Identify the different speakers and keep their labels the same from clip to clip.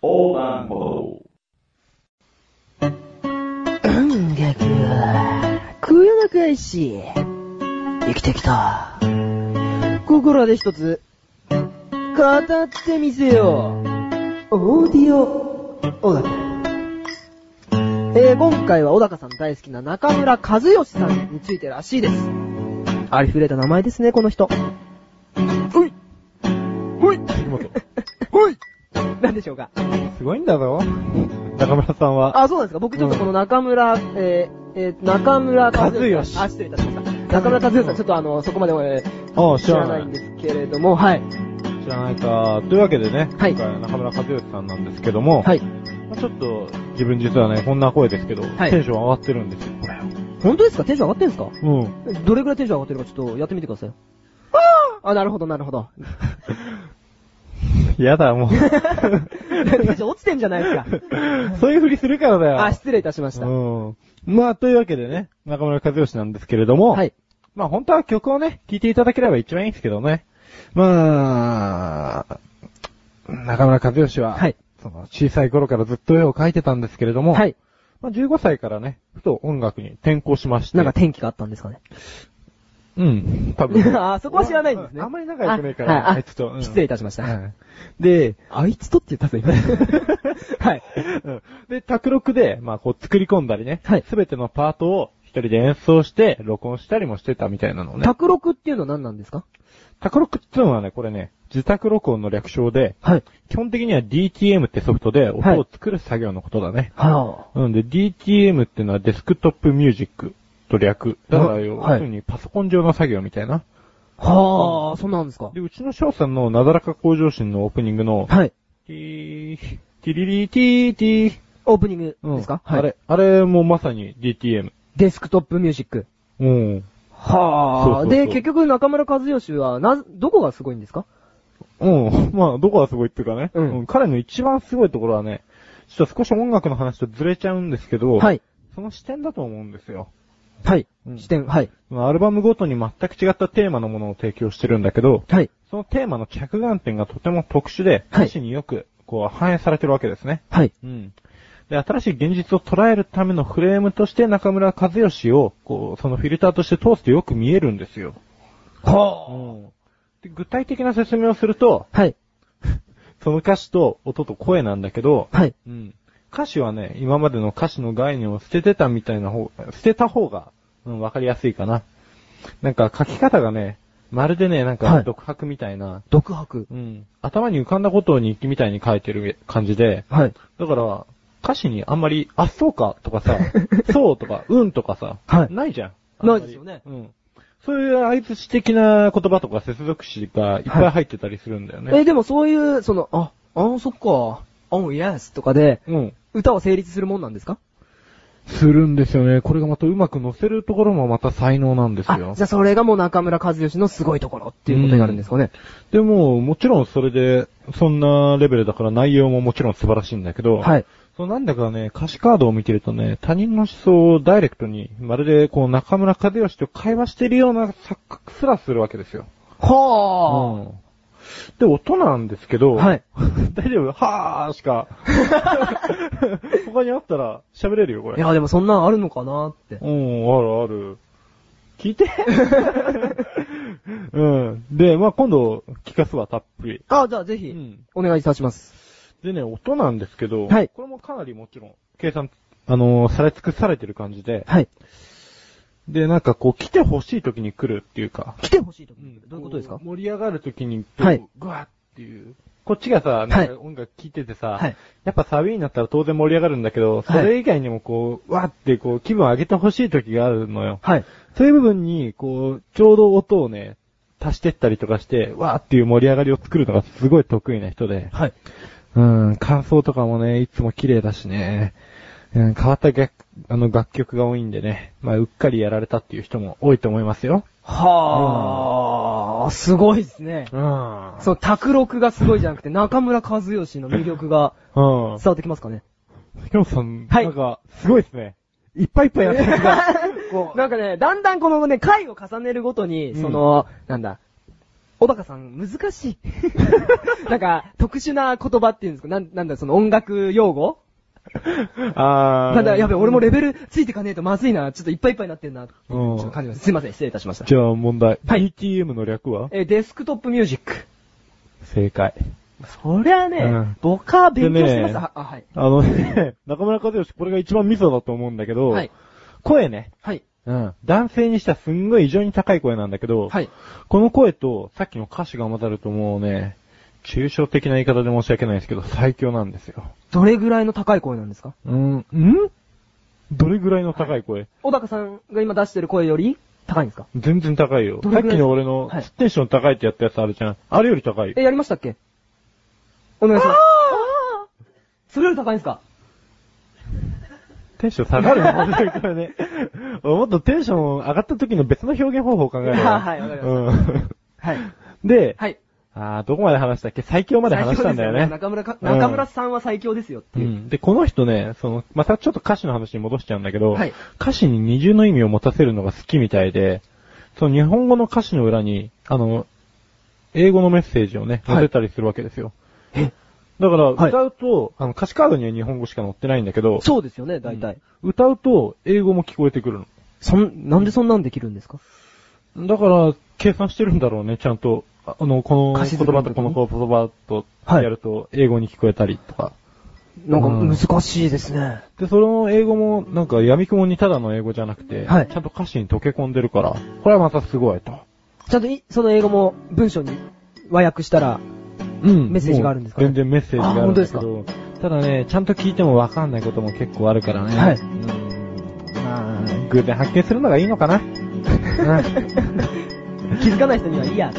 Speaker 1: 番号。
Speaker 2: 音楽は、こよなく愛し、生きてきた。心で一つ、語ってみせよう。オーディオ、小高。えー、今回は小高さん大好きな中村和義さんについてらしいです。ありふれた名前ですね、この人。
Speaker 1: ほい ほいほい
Speaker 2: なんでしょうか
Speaker 3: すごいんだぞ。 中村さんは。
Speaker 2: あ、そうなんですか。僕ちょっとこの中村、えーえー中村和
Speaker 3: 和
Speaker 2: 義
Speaker 3: 義
Speaker 2: さん。あ、失礼いたしました。中村和義さん、ちょっとあの、そこまで、えー
Speaker 3: ああ
Speaker 2: 知らないんですけれども、はい。
Speaker 3: 知らないか。というわけでね、
Speaker 2: はい
Speaker 3: 今回は中村和義さんなんですけども、
Speaker 2: はい。
Speaker 3: まあちょっと、自分実はね、こんな声ですけど、
Speaker 2: はい
Speaker 3: テンション上がってるんですよ、これ。
Speaker 2: 本当ですかテンション上がってんですか
Speaker 3: うん。
Speaker 2: えどれくらいテンション上がってるかちょっとやってみてください。あ、なるほど、なるほど。
Speaker 3: やだ、もう。
Speaker 2: テンション落ちてんじゃないですか。
Speaker 3: そう いうふりするからだよ。
Speaker 2: あ、失礼いたしました。
Speaker 3: うん。まあ、というわけでね、中村和義なんですけれども、
Speaker 2: はい。
Speaker 3: まあ、本当は曲をね、聴いていただければ一番いいんですけどね。まあ、中村和義は、
Speaker 2: はい
Speaker 3: その小さい頃からずっと絵を描いてたんですけれども、
Speaker 2: はい。
Speaker 3: まあ、15歳からね、ふと音楽に転向しまして、
Speaker 2: なんか天気があったんですかね。
Speaker 3: うん、多分。
Speaker 2: あ、 そこは知らないんですね。
Speaker 3: あんまり仲良くないから
Speaker 2: はい
Speaker 3: あいつとうん
Speaker 2: 失礼いたしました。
Speaker 3: はいで、
Speaker 2: あいつとって言ったぞ、今。はい。
Speaker 3: うんで、卓録で、まあ、こう作り込んだりね、
Speaker 2: はい
Speaker 3: すべてのパートを一人で演奏して、録音したりもしてたみたいなのをね。
Speaker 2: 卓録っていうのは何なんですか
Speaker 3: 卓録っていうのはね、これね、自宅録音の略称で、
Speaker 2: はい。
Speaker 3: 基本的には DTM ってソフトで
Speaker 2: はい
Speaker 3: 音を作る作業のことだね。
Speaker 2: は
Speaker 3: なので DTM ってのはデスクトップミュージックと略。だから
Speaker 2: はい
Speaker 3: 要するにパソコン上の作業みたいな。
Speaker 2: あ。はあ、そうなんですか。
Speaker 3: で、うちの翔さんのなだらか向上心のオープニングの、
Speaker 2: はい。
Speaker 3: ティー、ティリリティーティー。
Speaker 2: オープニング
Speaker 3: うん
Speaker 2: ですか、
Speaker 3: あれ、あれもまさに DTM。
Speaker 2: デスクトップミュージック。
Speaker 3: うん。
Speaker 2: はあ。
Speaker 3: そうそうそう
Speaker 2: で、結局中村和義は、な、どこがすごいんですか
Speaker 3: うん。 まあ、どこがすごいっていうかね。
Speaker 2: うん
Speaker 3: 彼の一番すごいところはね、ちょっと少し音楽の話とずれちゃうんですけど、
Speaker 2: はい。
Speaker 3: その視点だと思うんですよ。
Speaker 2: はい。
Speaker 3: うん
Speaker 2: 視点、はい。
Speaker 3: まあアルバムごとに全く違ったテーマのものを提供してるんだけど、
Speaker 2: はい。
Speaker 3: そのテーマの着眼点がとても特殊で、
Speaker 2: はい
Speaker 3: 歌詞によく、こう、反映されてるわけですね。
Speaker 2: はい。
Speaker 3: うん。で、新しい現実を捉えるためのフレームとして中村和義を、こう、そのフィルターとして通すとよく見えるんですよ。う
Speaker 2: は
Speaker 3: ん。で、具体的な説明をすると、
Speaker 2: あ。はい。
Speaker 3: その歌詞と音と声なんだけど、
Speaker 2: はい。
Speaker 3: うん。歌詞はね、今までの歌詞の概念を捨ててたみたいな方、捨てた方が、うん、わかりやすいかな。なんか書き方がね、まるでね、なん
Speaker 2: は
Speaker 3: か
Speaker 2: い
Speaker 3: 独白みたいな、
Speaker 2: 独白。
Speaker 3: うん。頭に浮かんだことを日記みたいに書いてる感じで、
Speaker 2: はい。
Speaker 3: だから、歌詞にあんまり、あ、そうかとか さ、そうとか、うんとかさ、
Speaker 2: はい
Speaker 3: ないじゃん。
Speaker 2: ないですよね
Speaker 3: うん。そういう相図詞的な言葉とか接続詞がいっぱい入ってたりするんだよね。
Speaker 2: え、でもそういう、その、あ、あ、そっか、おう、イエスとかで、
Speaker 3: うん。
Speaker 2: 歌を成立するもんなんですか
Speaker 3: するんですよね。これがまたうまく乗せるところもまた才能なんです
Speaker 2: あ、
Speaker 3: よ
Speaker 2: じゃ。あそれがもう中村和義のすごいところっていうことになるんですかね。
Speaker 3: でも、もちろんそれで、そんなレベルだから内容ももちろん素晴らしいんだけど、
Speaker 2: はい。
Speaker 3: そうなんだかね、歌詞カードを見てるとね、他人の思想をダイレクトに、まるでこう中村和義と会話してるような錯覚すらするわけですよ。う
Speaker 2: は
Speaker 3: んで、音なんですけど、
Speaker 2: はい
Speaker 3: 大丈夫はーしか。他にあったら喋れるよ、こ
Speaker 2: あ。い
Speaker 3: れ。
Speaker 2: や、でもそんなんあるのかなって。
Speaker 3: うん、あるある。聞いて うん。で、まあ今度、聞かすわ、たっぷり。
Speaker 2: あ、じゃあぜ
Speaker 3: う
Speaker 2: ひ、
Speaker 3: ん。
Speaker 2: お願いいたします。
Speaker 3: でね、音なんですけど、
Speaker 2: はい
Speaker 3: これもかなりもちろん、計算、あのーされ尽くされてる感じで、
Speaker 2: はい。
Speaker 3: で、なんかこう、来てほしい時に来るっていうか。
Speaker 2: 来てほしいとき、どういうことですか
Speaker 3: 盛り上がる時に、
Speaker 2: はい
Speaker 3: グワッっていう。こっちがさ、なんか音楽聴いててさ、
Speaker 2: はい。
Speaker 3: やっぱサビになったら当然盛り上がるんだけど、それ以外にもこう、わーってこう、気分上げてほしい時があるのよ。
Speaker 2: はい。
Speaker 3: そういう部分に、こう、ちょうど音をね、足してったりとかして、わーっていう盛り上がりを作るのがすごい得意な人で。
Speaker 2: はい。
Speaker 3: うん、感想とかもね、いつも綺麗だしね。うん、変わった楽、あの、楽曲が多いんでね。まあ、うっかりやられたっていう人も多いと思いますよ。
Speaker 2: はあ、すごいですね。
Speaker 3: うん
Speaker 2: その、卓録がすごいじゃなくて、中村和義の魅力が
Speaker 3: うん。
Speaker 2: 伝わってきますかね。
Speaker 3: ひょさん、
Speaker 2: はい
Speaker 3: なんか、すごいですね。いっぱいいっぱいやってるが。こう
Speaker 2: なんかね、だんだんこのね、回を重ねるごとに、
Speaker 3: うん
Speaker 2: その、なんだ、おばかさん、難しい。 なんか、特殊な言葉っていうんですかなん、なんだ、その音楽用語
Speaker 3: あー。
Speaker 2: なんだ、やべ、俺もレベルついてかねえとまずいな。ちょっといっぱいいっぱいになってんな。ち
Speaker 3: う
Speaker 2: ょっと
Speaker 3: ん。
Speaker 2: 感じます。すいません、失礼いたしました。
Speaker 3: じゃあ問題。
Speaker 2: はい
Speaker 3: DTM の略は
Speaker 2: えー、デスクトップミュージック。
Speaker 3: 正解。
Speaker 2: そりゃね、
Speaker 3: うん
Speaker 2: 僕は勉強して
Speaker 3: でね
Speaker 2: ました。あ、はい。
Speaker 3: あのね、 中村和義、これが一番ミソだと思うんだけど、
Speaker 2: はい。
Speaker 3: 声ね。
Speaker 2: はい。
Speaker 3: うん。男性にしてはすんごい異常に高い声なんだけど、
Speaker 2: はい。
Speaker 3: この声とさっきの歌詞が混ざるともうね、抽象的な言い方で申し訳ないですけど、最強なんですよ。
Speaker 2: どれぐらいの高い声なんですか
Speaker 3: うん、んどれぐらいの高い声、
Speaker 2: 小高さんが今出してる声より高いんですか
Speaker 3: 全然高いよ。
Speaker 2: ど
Speaker 3: さっ
Speaker 2: れぐらい
Speaker 3: きの俺の、
Speaker 2: はい
Speaker 3: テンション高いってやったやつあるじゃん。あれより高いよ
Speaker 2: え、。やりましたっけお願いします。それより高いんですか
Speaker 3: テンション下がるの本当にこれね。もっとテンション上がった時の別の表現方法を考えるわ。
Speaker 2: はいわかり
Speaker 3: ま
Speaker 2: はい。
Speaker 3: うん。で、
Speaker 2: はい。
Speaker 3: あーどこまで話したっけ最強まで話したんだよね。
Speaker 2: 中村か、
Speaker 3: うん
Speaker 2: 中村さんは最強ですよって
Speaker 3: う
Speaker 2: いう。
Speaker 3: ん。で、この人ね、その、またちょっと歌詞の話に戻しちゃうんだけど、
Speaker 2: はい
Speaker 3: 歌詞に二重の意味を持たせるのが好きみたいで、その日本語の歌詞の裏に、あの、英語のメッセージをね、
Speaker 2: はい
Speaker 3: 載せたりするわけですよ。
Speaker 2: え
Speaker 3: だから、
Speaker 2: はい
Speaker 3: 歌うと、あの、歌詞カードには日本語しか載ってないんだけど、
Speaker 2: そうですよね、大体。
Speaker 3: 歌うと、英語も聞こえてくる
Speaker 2: そん、なんでそんなんできるんですか
Speaker 3: の。だから、計算してるんだろうね、ちゃんと。ああの、この
Speaker 2: 歌詞
Speaker 3: 言
Speaker 2: 作りの
Speaker 3: 葉
Speaker 2: 時
Speaker 3: と
Speaker 2: に
Speaker 3: この言葉と、
Speaker 2: は
Speaker 3: や
Speaker 2: い
Speaker 3: ると、英語に聞こえたりとか。
Speaker 2: なんか
Speaker 3: うん
Speaker 2: 難しいですね。
Speaker 3: で、その英語も、なんか、闇雲にただの英語じゃなくて、
Speaker 2: はい
Speaker 3: ちゃんと歌詞に溶け込んでるから、これはまたすごいと。
Speaker 2: ちゃんとい、その英語も文章に和訳したら、
Speaker 3: うん
Speaker 2: メッセージがあるんですかね
Speaker 3: もう全然メッセージがあるんだけ
Speaker 2: あ
Speaker 3: ど、ただね、ちゃんと聞いてもわかんないことも結構あるからね。
Speaker 2: はい
Speaker 3: うん。まあ、偶然発見するのがいいのか な。
Speaker 2: 気づかない人にはいいや。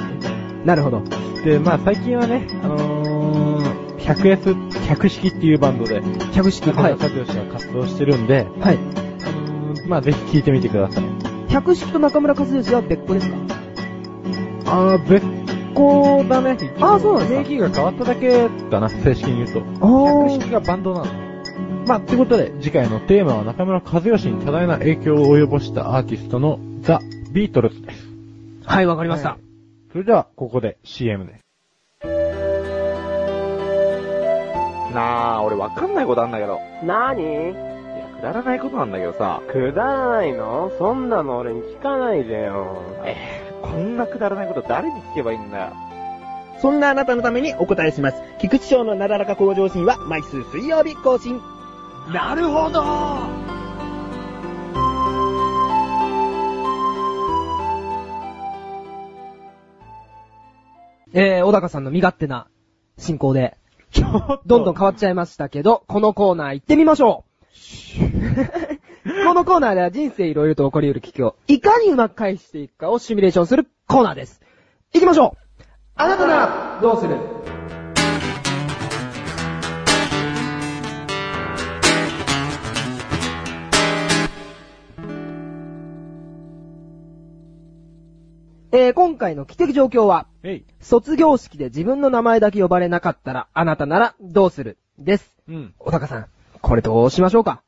Speaker 2: なるほど。
Speaker 3: で、まあ最近はね、あのー、100S、100式っていうバンドで、
Speaker 2: 客式。
Speaker 3: 中
Speaker 2: は
Speaker 3: 村
Speaker 2: い。
Speaker 3: 和義が活動してるんで、
Speaker 2: はい。
Speaker 3: まあぜひ聞いてみてください。
Speaker 2: 百式と中村和義は別個ですか
Speaker 3: あー、別個だね。
Speaker 2: あーそうなんですか
Speaker 3: 名義が変わっただけだな、正式に言うと。
Speaker 2: お
Speaker 3: 百式がバンドなのね。まあ、ってことで、次回のテーマは中村和義に多大な影響を及ぼしたアーティストのザ・ビートルズです。
Speaker 2: はい、わかりま
Speaker 3: はい。それでは、ここで CM です。
Speaker 1: なあ、俺わかんないことあんだけど。
Speaker 4: なに
Speaker 1: いや、くだらないことなんだけどさ、
Speaker 4: くだらないのそんなの俺に聞かないでよ。
Speaker 1: こんなくだらないこと誰に聞けばいいんだよ。
Speaker 5: そんなあなたのためにお答えします。菊池賞のなだらか向上心は毎週水曜日更新。
Speaker 2: なるほどえー、小高さんの身勝手な進行で、どんどん変わっちゃいましたけど、このコーナー行ってみましょ うこのコーナーでは人生いろいろと起こり得る危機を、いかにうまく返していくかをシミュレーションするコーナーです。行きましょうあなたならどうするえー、今回の危的状況は、
Speaker 3: えい。
Speaker 2: 卒業式で自分の名前だけ呼ばれなかったら、あなたならどうするです。
Speaker 3: うん。
Speaker 2: 小高さん、これどうしましょうか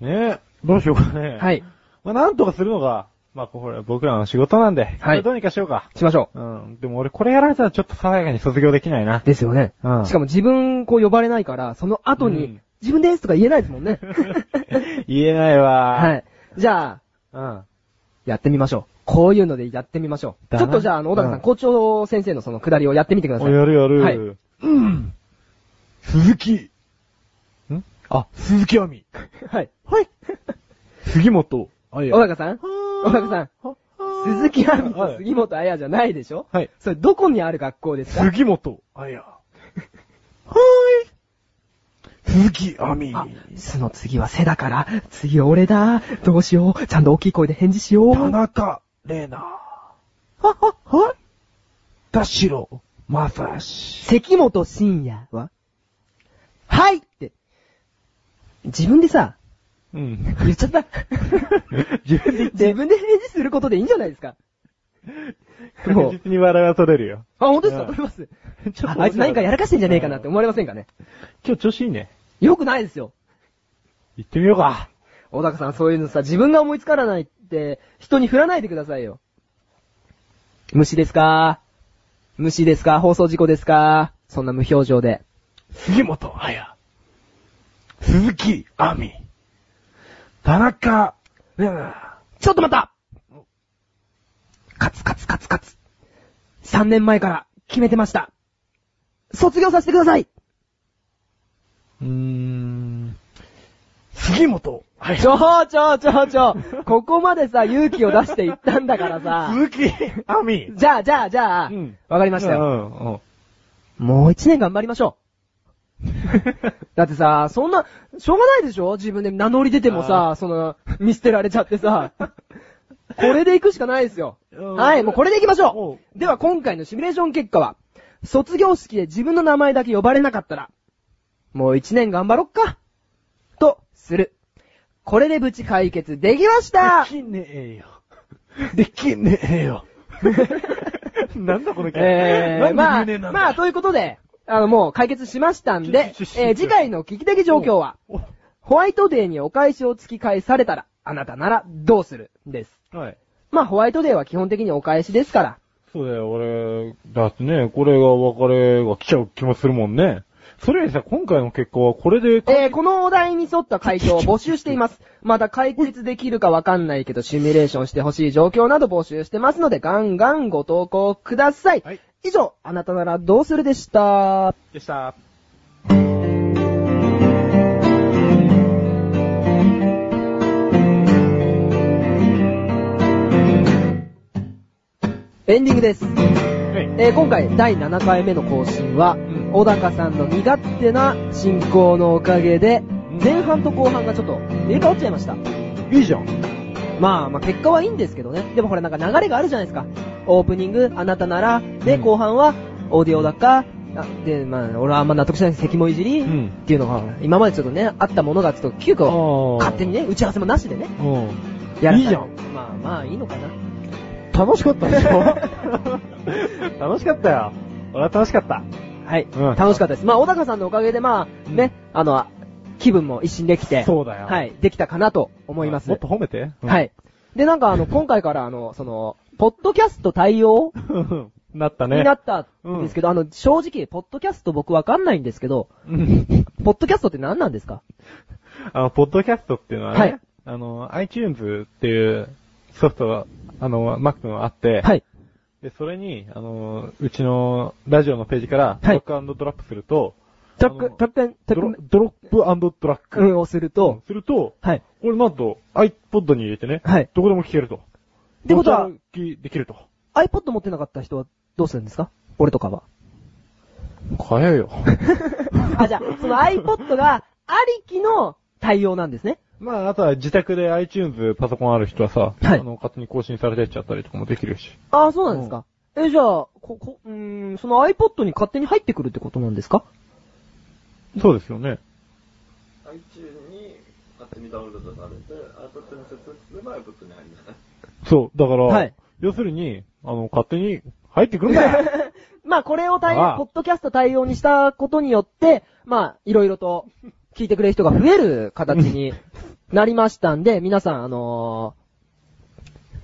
Speaker 3: ねえ、どうしようかね。
Speaker 2: はい。
Speaker 3: まあ、なんとかするのが、まあ、これ僕らの仕事なんで、これどうにかしようか。
Speaker 2: しましょ
Speaker 3: うん。でも俺これやられたらちょっと爽やかに卒業できないな
Speaker 2: う。。ですよね。
Speaker 3: うん。
Speaker 2: しかも自分、こう呼ばれないから、その後に、
Speaker 3: うん
Speaker 2: 自分ですとか言えないですも んね。
Speaker 3: 言えないわ。。
Speaker 2: はいい。じゃあ、
Speaker 3: うん。
Speaker 2: やってみましょう。こういうのでやってみましょう。
Speaker 3: だ
Speaker 2: ち
Speaker 3: な
Speaker 2: ょっとじゃあ、あの、小高さん、
Speaker 3: うん
Speaker 2: 校長先生のその下りをやってみてくださ
Speaker 3: お
Speaker 2: い。
Speaker 3: やるやる。
Speaker 2: はい
Speaker 3: うん。鈴木。んあ、鈴木亜美。
Speaker 2: はい。はい。
Speaker 3: 杉本。あ、い
Speaker 2: 小高さん小高さん、鈴木亜美と
Speaker 3: はい
Speaker 2: 杉本彩じゃないでしょ
Speaker 3: はい。
Speaker 2: それどこにある学校ですか
Speaker 3: 杉本。あや。はーい。鈴木亜美。
Speaker 2: あ、すの次は背だから、次俺だ。どうしよう。ちゃんと大きい声で返事しよう。
Speaker 3: 田中玲奈。
Speaker 2: ははは
Speaker 3: 田代正史。
Speaker 2: 関本信也ははいって。自分でさ、
Speaker 3: うん。
Speaker 2: 言っちゃった。
Speaker 3: 自分で言って
Speaker 2: 自分で返事することでいいんじゃないですか。も
Speaker 3: 確
Speaker 2: う。
Speaker 3: 実に笑いは取れるよ。
Speaker 2: あ、本当ですか
Speaker 3: うん
Speaker 2: 取れます。
Speaker 3: ちょっと
Speaker 2: ああいつ何かやらかしてんじゃねえかなって
Speaker 3: うん
Speaker 2: 思われませんかね。
Speaker 3: 今日調子いいね。
Speaker 2: よくないですよ。
Speaker 3: 行ってみようか。
Speaker 2: 小高さん、そういうのさ、自分が思いつからないって、人に振らないでくださいよ。虫ですか無視ですか放送事故ですかそんな無表情で。
Speaker 1: 杉本彩。鈴木亜美。田中、ね
Speaker 2: ちょっと待ったカツカツカツカツ。3年前から決めてました。卒業させてくださいう
Speaker 3: ーん。
Speaker 1: 杉本彩。
Speaker 2: ちょちょちょちょ、ここまでさ、勇気を出していったんだから さ。
Speaker 1: 鈴木亜美。
Speaker 2: じゃあじゃあじゃあ、わ、
Speaker 3: うん
Speaker 2: かりましたよ。
Speaker 3: うんうん。
Speaker 2: もう一年頑張りましょ う。だってさ、そんな、しょうがないでしょ自分で名乗り出てもさ、その、見捨てられちゃってさ。これで行くしかないですよ。
Speaker 3: うん
Speaker 2: はい、もうこれで行きましょう。では今回のシミュレーション結果は、卒業式で自分の名前だけ呼ばれなかったら、もう一年頑張ろっか。と、する。これで無事解決できまし た
Speaker 1: できねえよ。できね えよ。なんだこのキャラ。
Speaker 2: えー、ま
Speaker 1: なん
Speaker 2: あ
Speaker 1: で有名な、んだ
Speaker 2: まあ、ということで、あの、もう解決しましたんで、え
Speaker 1: ちょちょちょ
Speaker 2: ー次回の危機的状況は、
Speaker 1: お
Speaker 2: ホワイトデーにお返しを突き返されたら、あなたならどうするです。
Speaker 3: はい。
Speaker 2: まあ、ホワイトデーは基本的にお返しですから。
Speaker 3: そうだよ、俺、だってね、これが別れが来ちゃう気もするもんね。それよりさ、今回の結果はこれで、
Speaker 2: えー、このお題に沿った回答を募集してい ます。まだ解決できるかわかんないけど、シミュレーションしてほしい状況など募集してますので、ガンガンご投稿ください。
Speaker 3: はい
Speaker 2: 以上、あなたならどうするでした。
Speaker 3: でした。
Speaker 2: エンディングです。
Speaker 3: はい。
Speaker 2: えー今回第7回目の更新は、
Speaker 3: ん
Speaker 2: 小高さんの身勝手な進行のおかげで、
Speaker 3: ん
Speaker 2: 前半と後半がちょっと入れ替わっちゃいました。
Speaker 3: いいじゃん。
Speaker 2: まあまあ結果はいいんですけどね。でもほらなんか流れがあるじゃないですか。オープニング、あなたなら、で、
Speaker 3: うん
Speaker 2: 後半は、オーディオだか、あで、まあ、俺はあんま納得しないです。関もいじり、
Speaker 3: うん
Speaker 2: っていうのが、今までちょっとね、あったものがちょっと急
Speaker 3: あ
Speaker 2: 遽、
Speaker 3: ー
Speaker 2: 勝手に。ね、打ち合わせもなしでね、
Speaker 3: う
Speaker 2: やらされ
Speaker 3: いいじゃん。
Speaker 2: まあまあいいのかな。
Speaker 3: ん。楽しかったでしょ楽しかったよ。俺は楽しかった。
Speaker 2: はい、
Speaker 3: うん
Speaker 2: 楽しかったです。まあ、小高さんのおかげで、まあ、ね、あの、気分も一新できて、
Speaker 3: そうだよ
Speaker 2: はい、できたかなと思います。
Speaker 3: もっと褒めて。うん
Speaker 2: は。い。で、なんかあの、今回からあの、その、ポッドキャスト対応
Speaker 3: なったね。
Speaker 2: になったんですけど、あの、正直、ポッドキャスト僕わかんないんですけど、
Speaker 3: うん
Speaker 2: ポッドキャストって何なんですか
Speaker 3: あの、ポッドキャストっていうのはね、
Speaker 2: はい
Speaker 3: あの、iTunes っていうソフトが、あの、Mac のあって、
Speaker 2: はい。
Speaker 3: で、それに、あの、うちのラジオのページから、
Speaker 2: はい
Speaker 3: ドロックドラップすると、
Speaker 2: ト
Speaker 3: あ
Speaker 2: ッ
Speaker 3: の
Speaker 2: ク、トッペン、ト
Speaker 3: ド
Speaker 2: ッ
Speaker 3: ロ
Speaker 2: ク
Speaker 3: ドロップドラック、
Speaker 2: うんをすると、
Speaker 3: すると、
Speaker 2: はい。
Speaker 3: これなんと iPod に入れてね、
Speaker 2: はい
Speaker 3: どこでも聞けると。って
Speaker 2: ことは、
Speaker 3: できると。
Speaker 2: iPod 持ってなかった人はどうするんですか俺と かは。
Speaker 3: 買えよ。
Speaker 2: あ、じゃあ、その iPod がありきの対応なんですね。
Speaker 3: まあ、あとは自宅で iTunes パソコンある人はさ、
Speaker 2: はい
Speaker 3: あの、勝手に更新されてっちゃったりとかもできるし。
Speaker 2: ああ、そうなんですか。え、じゃあ、こ、こ、うーん、その iPod に勝手に入ってくるってことなんですか
Speaker 3: そうですよね。
Speaker 6: iTunes に勝手にダウンロードされて、iPod に接続すれば iPod に入るんだね。
Speaker 3: そう、だから、
Speaker 2: はい
Speaker 3: 要するに、あの、勝手に入ってくるんだよ
Speaker 2: まあ、これを対
Speaker 3: あ
Speaker 2: 応、
Speaker 3: あ
Speaker 2: ポッドキャスト対応にしたことによって、まあ、いろいろと聞いてくれる人が増える形に なりましたんで、皆さん、あのー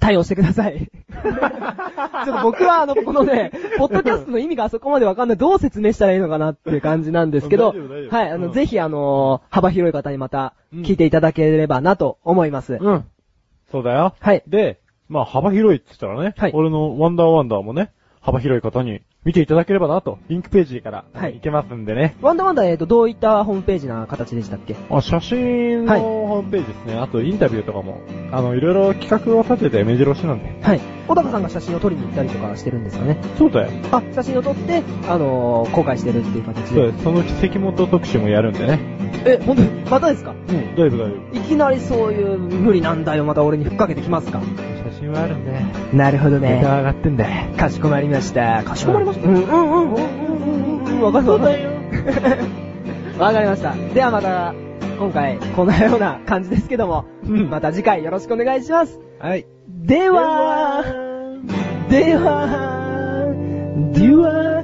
Speaker 2: 対応してください。 ちょっと僕は、あの、このね、ポッドキャストの意味があそこまでわかんない。どう説明したらいいのかなっていう感じなんですけど
Speaker 3: 大丈夫大丈、夫
Speaker 2: はい、あの、
Speaker 3: うん
Speaker 2: ぜひ、あのー幅広い方にまた
Speaker 3: うん
Speaker 2: 聞いていただければなと思います。
Speaker 3: うん。そうだよ。
Speaker 2: はい
Speaker 3: で、まあ、幅広いって言ったらね、
Speaker 2: はい
Speaker 3: 俺のワンダーワンダーもね、幅広い方に見ていただければなと、リンクページから、
Speaker 2: はい
Speaker 3: い、けますんでね。
Speaker 2: ワンダーワンダー、えっ、と、どういったホームページな形でしたっけ
Speaker 3: あ写真
Speaker 2: はい
Speaker 3: のホームページですね、あとインタビューとかも、あの、いろいろ企画を立てて目白押しなんで。
Speaker 2: はい。小高さんが写真を撮りに行ったりとかしてるんですかね。
Speaker 3: そうだよ。
Speaker 2: あ、写真を撮って、あのー、公開してるっていう形
Speaker 3: そう
Speaker 2: で。
Speaker 3: です。そのうち関本特集もやるんでね。
Speaker 2: え、ほんとにまたですか
Speaker 3: うん、だいぶだいぶ。
Speaker 2: いきなりそういう無理なんだよ、また俺にふっかけてきますか
Speaker 3: 写真はあるんで、
Speaker 2: なるほど
Speaker 3: ネタ。上がってんで。
Speaker 2: かしこまりました。かしこまりましたうんうんうんうんうんうんうん、わかるわかる。わかりました。ではまた、今回、こんなような感じですけども、
Speaker 3: うん
Speaker 2: また次回よろしくお願いします。
Speaker 3: はい。
Speaker 2: では、では、では、